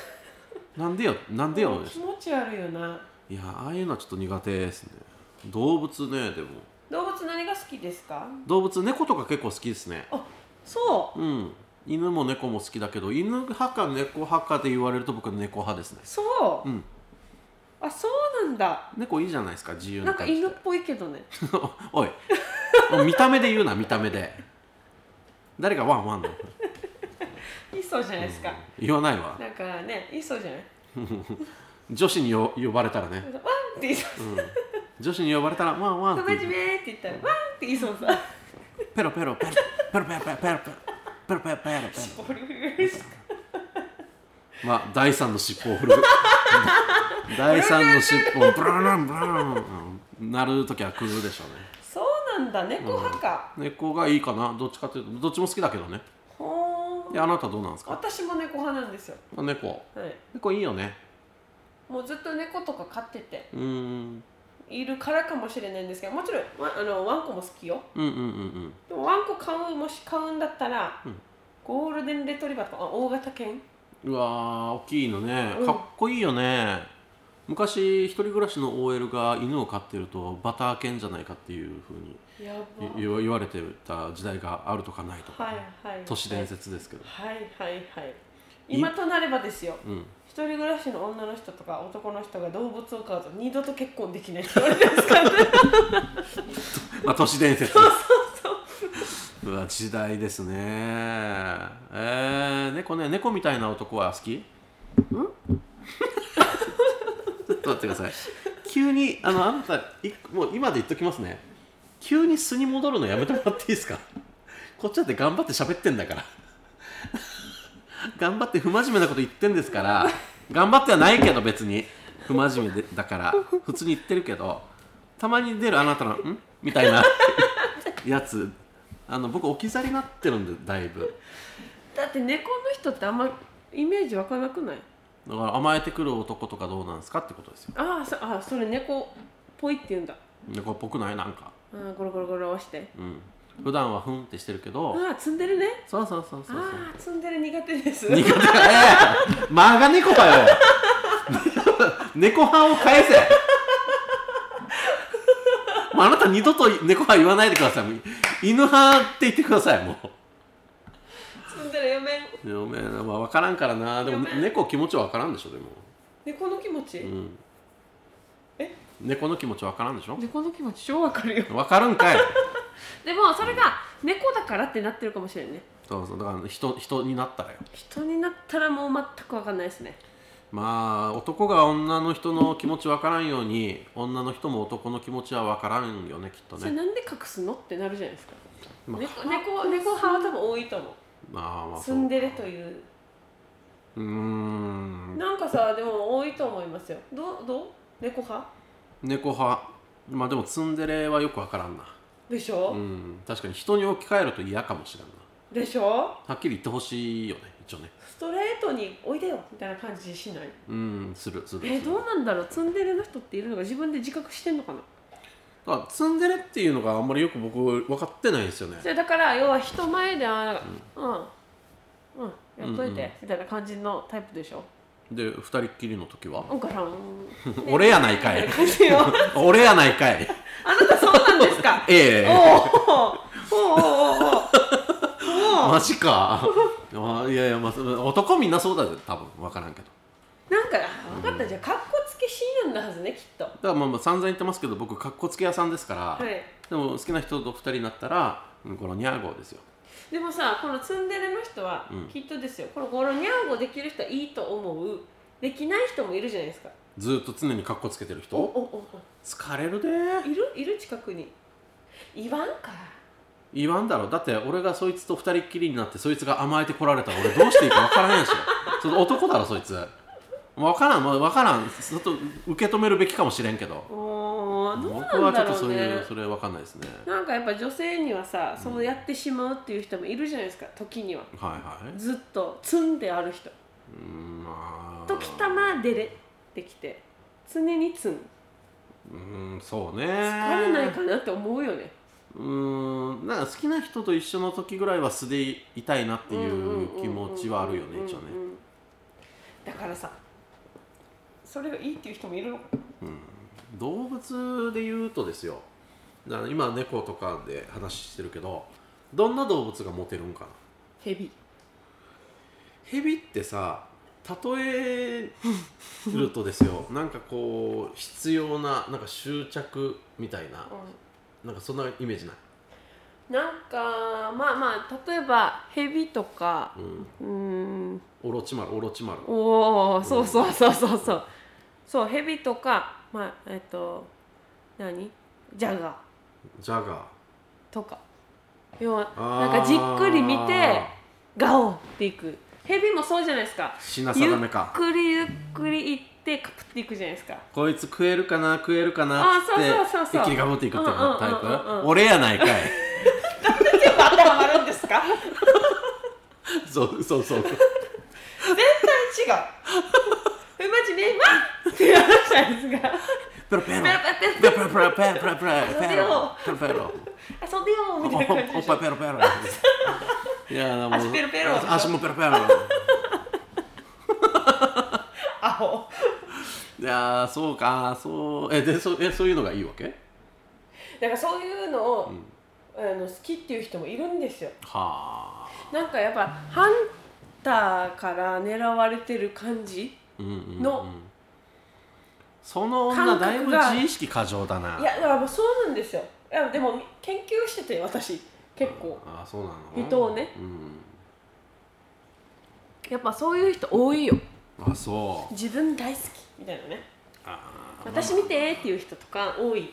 なんでよなんでよ、気持ち悪いよないやああいうのはちょっと苦手ですね動物ねでも動物何が好きですか動物猫とか結構好きですねそううん犬も猫も好きだけど犬派か猫派かで言われると僕は猫派ですねそう、うんあそうなんだ猫いいじゃないですか自由ななんか感じで犬っぽいけどね おいおい見た目で言うな見た目で誰がワンワンだよいそうじゃないですか、言わないわなんかねいそうじゃない女子によ呼ばれたらね、ワンって言いそううん、女子に呼ばれたらワンワ「ンっめてじ言うめ」って言ったら「ワン」って言いそうさペロペロペロペロペロペロペロペロペロペロペロペロボリボリしまあ第三の尻尾を振 る第三の尻尾をブランブランブランうんなるときはクズでしょうねそうなんだ猫派か、猫がいいかなどっちかというとどっちも好きだけどねほーであなたどうなんですか私も猫派なんですよ、あ猫はい、猫いいよねもうずっと猫とか飼っててうーんいるからかもしれないんですけどもちろんワあのワンコも好きようんうんうんでもワンコ飼うもし飼うんだったら、うんゴールデンレトリバーとかあ大型犬うんうわー大きいのねうんかっこいいよね、昔一人暮らしの OL が犬を飼ってるとバター犬じゃないかっていうふうにやばい言わ言われてた時代があるとかないとか、はいはい都市伝説ですけど、はいはいはい今となればですようん一人暮らしの女の人とか男の人が動物を飼うと二度と結婚できないって言われて ますからねまあ、都市伝説そう そうそうわ時代ですねえー、猫ね猫みたいな男は好きん ちょっと待ってください急にあのあなたいもう今で言っときますね急に素に戻るのやめてもらっていいですかこっちだって頑張って喋ってんだから頑張って不真面目なこと言ってんですから頑張ってはないけど別に不真面目でだから普通に言ってるけどたまに出るあなたの「ん?」みたいなやつあの僕置き去りになってるんでだいぶだって猫の人ってあんまイメージ湧かなくないだから甘えてくる男とかどうなんですかってことですよああそあそれ猫っぽいって言うんだ猫っぽくないなんかあーゴロゴロゴロしてうん普段はふんってしてるけど、ああ積んでるねそうそうそうそうそうああ積んでる苦手です苦手かええマガ猫かよ猫派を返せもうあなた二度と猫派言わないでくださいもう犬派って言ってくださいもう積んでるやめんごめんな、まあ、分からんからなでもごめん猫気持ちは分からんでしょでも猫の気持ち、うん猫の気持ちわからんでしょ猫の気持ち超わか るよわかるんかいでもそれが猫だからってなってるかもしれんねそうそうだから人人になったらよ人になったらもう全くわかんないですねまあ男が女の人の気持ちわからんように女の人も男の気持ちはわからんよねきっとそれねなんで隠すのってなるじゃないですかまあ猫猫猫派は多分多いと思まあまうあそツうンデレといううーんなんかさでも多いと思いますよどうどう猫派猫派まあでもツンデレはよくわからんなでしょ、うん確かに人に置き換えると嫌かもしれんなでしょはっきり言ってほしいよね一応ねストレートに「おいでよ」みたいな感じしないうんするするえするどうなんだろうツンデレの人っているのが自分で自覚してんのかなだからツンデレっていうのがあんまりよく僕分かってないんですよねそれだから要は人前ではなんかうん、うん、やっといて、うんうんみたいな感じのタイプでしょで二人っきりの時はおんかさん 俺やない かい感じよ俺やないかいあなたそうなんですか ええおおおおおおマジか あいやいやまあその男みんなそうだぜ多分分からんけどなんか分かったじゃあかっこつけ C なんだはずねきっとだからまあまあ散々言ってますけど僕かっこつけ屋さんですから、はいでも好きな人と二人になったらうんこのニャーゴーですよでもさこのツンデレの人はうんきっとですよ、このゴロニャンゴできる人はいいと思うできない人もいるじゃないですかずっと常にかっこつけてるおお人お疲れるでおいるいる近くに言わんか言わんだろだって俺がそいつと二人っきりになってそいつが甘えてこられたら俺どうしていいか分からないでし ょその男だろそいつ分からん、まあ、分からんちょっと受け止めるべきかもしれんけどおーどう僕なはんちだょっとろそうういうねそれ分かんないですねなんかやっぱ女性にはさそうやってしまうっていう人もいるじゃないですか時にははいはいずっとツンである人うんまあときたまデレってきて常にツンうんそうね疲れないかなって思うよねうんなんか好きな人と一緒の時ぐらいは素でいたいなっていう気持ちはあるよね一応ねうんうんうんうんだからさそれがいいっていう人もいるのかな動物で言うとですよだから今猫とかで話してるけどどんな動物がモテるんかなヘビヘビってさ例えるとです よなんかこう必要ななんか執着みたいななんかそんなイメージないなんかまあまあ例えばヘビとかうんうんオロチマルオロチマルおおそうそうそうそうそうそうヘビとかまあえっと何ジャガージャガーとか要はあなーんかじっくり見てガオっていくヘビもそうじゃないですか品ゆ定めっかくりゆっくり行ってカプっていくじゃないですかこいつ食えるかな食えるかなっつってあそうそうそうそう一気に頑張っていくっていううんうんうんうんタイプ俺や ないかい全部当てはまるんですかそうそうそう絶 対違うえマジねまっっていう話なんですがペロペロペロペペロロペロペロペロペロペロペロペロペロ 遊んでよーみたいな感じ おでっしょぱいペロペロいやでも足ペロペロ足もペロペロアホいやーそうかそうえでそうえそういうのがいいわけだからそういうのを、あの好きっていう人もいるんですよはあなんかやっぱハンターから狙われてる感じうんうんうんのその女だいぶ感覚が自意識過剰だないやだからもうそうなんですよいやでも研究してて私結構あそうなの人をねうんやっぱそういう人多いよあそう自分大好きみたいなねあー私見てーっていう人とか多い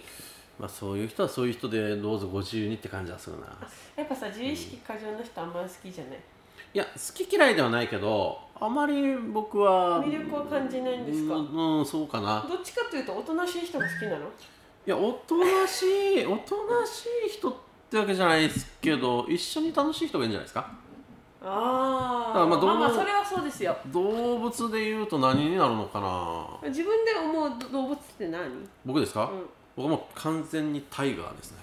まあそういう人はそういう人でどうぞご自由にって感じはするなやっぱさ自意識過剰な人あんまり好きじゃないいや好き嫌いではないけどあまり僕は魅力を感じないんですかうん、うんそうかなどっちかというとおとなしい人が好きなのいやおとなしいおとなしい人ってわけじゃないですけど一緒に楽しい人がいいんじゃないですかあーあままああどうまあそれはそうですよ動物でいうと何になるのかな自分で思う動物って何僕ですか、うん僕はもう完全にタイガーですね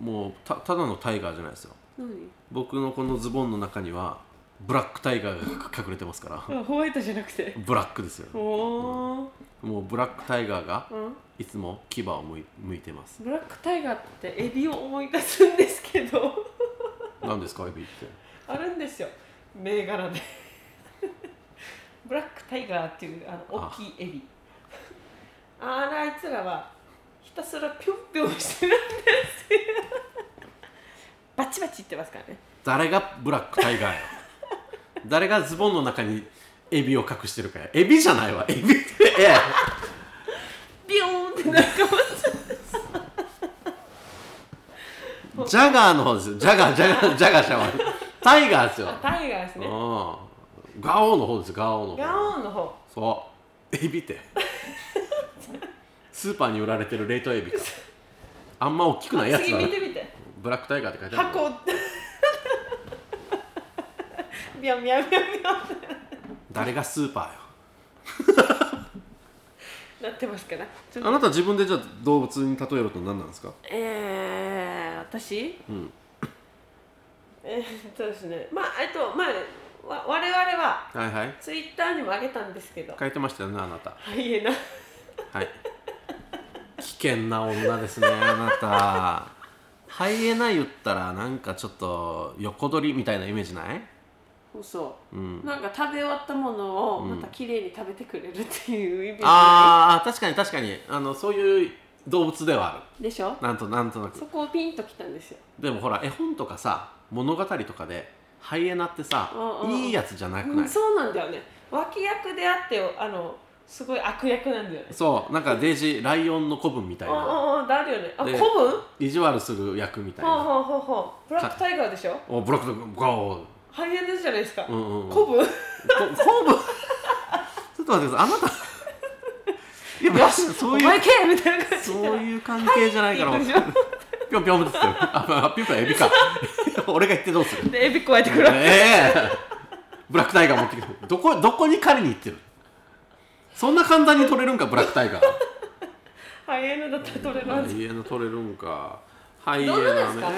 もうたただのタイガーじゃないですよ何僕のこのズボンの中にはブラックタイガーが隠れてますからあホワイトじゃなくてブラックですよおお、もうブラックタイガーがうん、いつも牙をむい向いてますブラックタイガーってエビを思い出すんですけど 何ですかエビってあるんですよ銘柄で ブラックタイガーっていうあのあ大きいエビあらあいつらはひたすらぴょんぴょんしてるんですよバチバチ言ってますからね誰がブラックタイガーよ誰がズボンの中にエビを隠してるかやエビじゃないわエビってええビヨーンってなんかジャガーの方ですよジャガージャガージャガーじゃないタイガーですよタイガーですうんねガオーの方ですよガオーの方ガオーンの方そうエビってスーパーに売られてる冷凍エビかあんま大きくないやつ次だ見なてみてブラックタイガーって書いてある箱 ビヨンビヨンビヨンビヨンって誰がスーパーよなってますからちょっとあなた自分でじゃあ動物に例えると何なんですかえー、私うんえー、そうですねまあえっとまあわ我々ははいはいツイッターにもあげたんですけど書いてましたよねあなたハイエナはい。危険な女ですね、あなた。ハイエナ言ったら、なんかちょっと横取りみたいなイメージない。嘘うん。なんか食べ終わったものをうんまた綺麗に食べてくれるっていうイメージああ、確かに、確かに、あの、そういう動物ではあでしょる。なんと、なんとなくそ。こをピンときたんですよでも、ほら、絵本とかさ、物語とかで。ハイエナってさうん、うんいいやつじゃなくうなんい。そうなんだよね脇役であってあのすごい悪役なんだよねそう、なんか、デイジー、ライオンの子分みたいおな。んおんおんだあるよねあで古文意地悪する役みたいほうな。ほうほうほうブラックタイガーでしょお、ブロックド、ゴハイエナじゃないですかー。うんうんうん。古文こ昆布ちょっと待ってくださいあなたいや別にそうおい前うけみたいな感じそういう関係じゃないから、はいって言ってるでしぴょんぴょんですよあまあぴょんぴょんエビか俺が言ってどうするょ でエビ加えてくるええブラックタイガー持ってきてどこどこに狩りに行ってるそんな簡単に取れるんかブラックタイガーハイエナだったら取れますハイエナ取れるんかハイエナどねうなんですか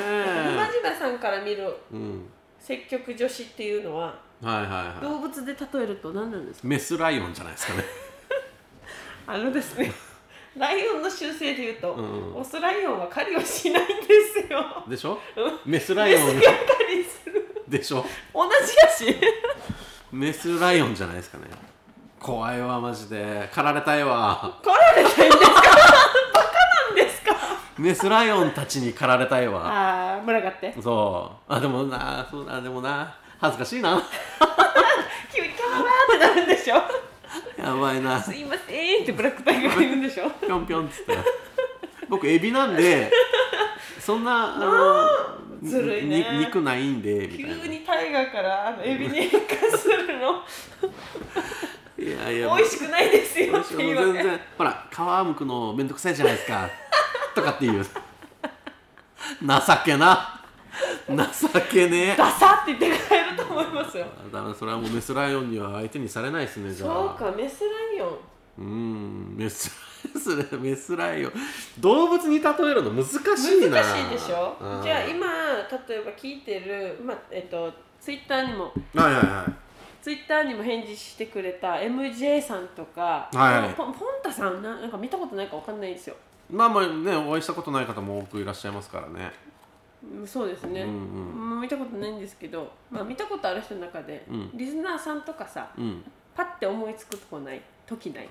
馬島さんから見るうん積極女子っていうのははいはいは動物で例えると何なんですかいメスライオンじゃないですかねあのですね ライオンの習性でいうと、うんうんオスライオンは狩りをしないんですよでしょうんメスラメイスオが ン狩りするでしょ同じやしメスライオンじゃないですかね怖いわマジで狩られたいわ狩られないん ですかバカなんですかメスライオンたちに狩られたいわああ群がってそうあでもなそうだでもな恥ずかしいな急にキャーってなるんでしょやばいなすいませんってブラックタイガーが言うんでしょぴょんぴょんっつって僕エビなんでそんなあの ずるいねに肉ないんでみ急たいにタイガーからあのエビに変化するのないやいや美味しくないですよ美っ味してく言もわうれ全然ほら皮むくのめんどくさいじゃないですかとかっていう情けな情けねえダサって言って帰ると思いますよあだめそれはもうメスライオンには相手にされないですねじゃあそうかメスライオンうーんメス それメスライオン動物に例えるの難しいな難しいでしょうんじゃあ今例えば聞いてる、まあえっと、ツイッターにもはいはいはツイッターにも返事してくれた MJ さんとか、はいポンポンタさんななんか見たことないかわかんないんですよ、いまあまあねお会いしたことない方も多くいらっしゃいますからねうんそうですね、うんうん見たことないんですけど、まあ、見たことある人の中で、うんリスナーさんとかさうんパッて思いつくとこない時ない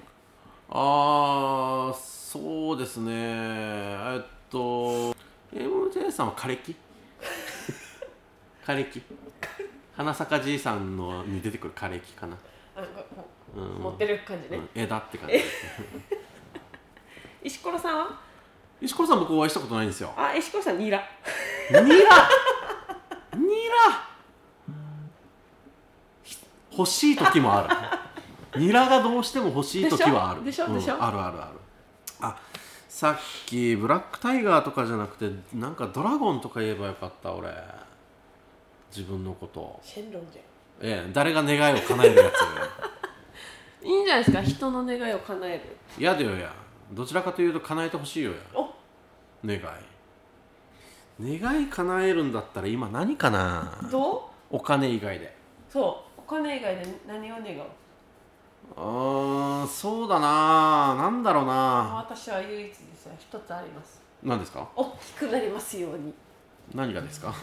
ああそうですねえっと MJ さんは枯れ木 枯れ木花咲じいさんのに出てくる枯れ木かな、あのうん、持ってる感じうね、ん枝って感じ石ころさんは石ころさん僕お会いしたことないんですよあ石ころさんニラニラニラ欲しい時もあるニラがどうしても欲しい時はあるでしょでしょうんでしょあるあるあるあさっきブラックタイガーとかじゃなくてなんかドラゴンとか言えばよかった俺自分のことシェンロンじゃんええ誰が願いを叶えるやついいんじゃないですか人の願いを叶える嫌だよやどちらかというと叶えてほしいよやお願い願い叶えるんだったら今何かなどうお金以外でそうお金以外で何を願ううーんそうだなあなんだろうな私は唯一ですね一つあります何ですか大きくなりますように何がですか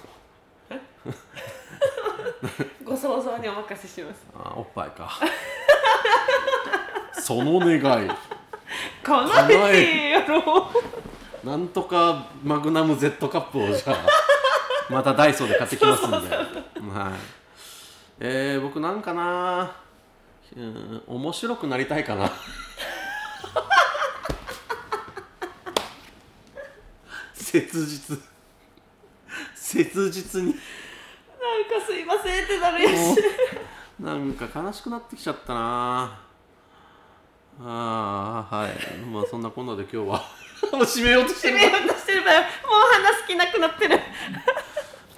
ご想像にお任 せしますあーおっぱいかその願い叶えてやろなんとかマグナム Z カップをじゃあまたダイソーで買ってきますんではいえー、僕なんかなうーん面白くなりたいかな切実切実にうなんかすいませんってなるやもしうなんか悲しくなってきちゃったなああはいまあそんなこんなで今日は もう締めようとして締るめようとしてるからもう話す気なくなってる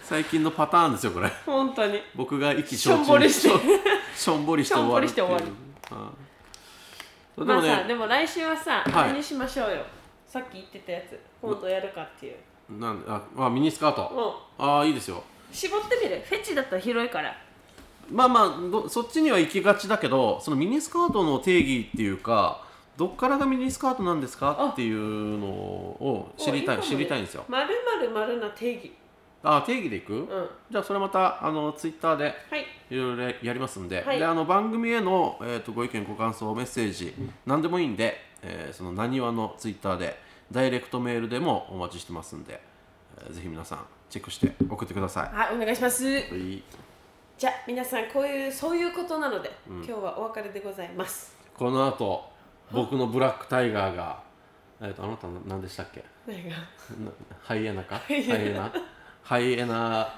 最近のパターンですよこれ本当に僕が意気しょんぼりしてしょ しょんぼりして終わるっていうしょんぼりしてああでまもあね、さでも来週はさ、はい何しましょうよさっき言ってたやつ今度やるかっていうなんでああミニスカート、もああいいですよう絞ってみるフェチだったら広いからまあまあどそっちには行きがちだけどそのミニスカートの定義っていうかどっからがミニスカートなんですかあっていうのを知りたい知りたいんですよまるまるまるな定義ああ定義でいく、うんはじゃあそれまたあのツイッターでいいろいろやりますんで,、はいであの番組への、えー、とご意見ご感想メッセージ何でもいいんで、えーそのなにわのツイッターでダイレクトメールでもお待ちしてますんで、えーぜひ皆さんチェックして送ってくださはいお願いしますい、はいじゃあ皆さんこういうそういうことなので、今日はお別れでござい ますこの後僕のブラックタイガーが、えー、とあなたの何でしたっけ何がなハイエナかハイイエナエナハイエナ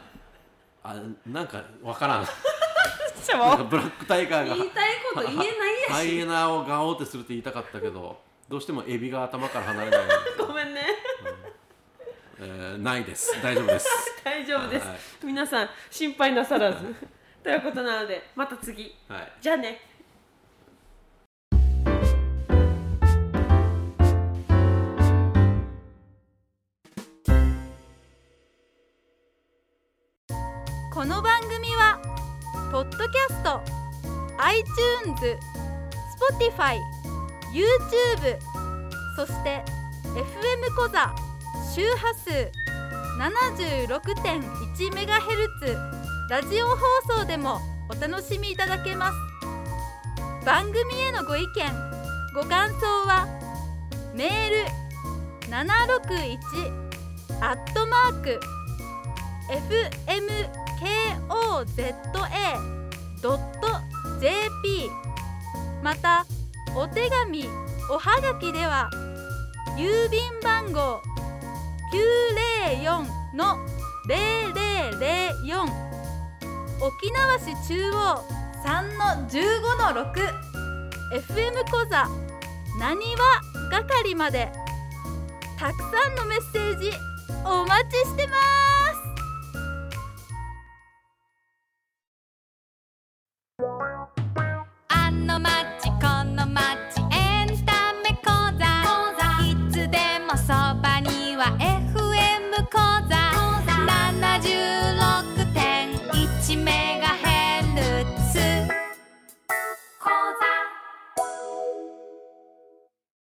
あなんかわからんじゃなあんかもうブラックタイガーが言いたいこと言えないやハしイエナをガオーってするって言いたかったけどどうしてもエビが頭から離れない、ごめんね えーないです大丈夫です大丈夫です、はい皆さん心配なさら ずということなのでまた次はいじゃあねこの番組はポッドキャスト iTunes Spotify YouTube そして FM コザ周波数 76.1MHz ラジオ放送でもお楽しみいただけます番組へのご意見ご感想はメール761アットマーク fmkoza.jp またお手紙おはがきでは郵便番号904の0004沖縄市中央3の15の 6FM コザなにわ係までたくさんのメッセージお待ちしてますあの街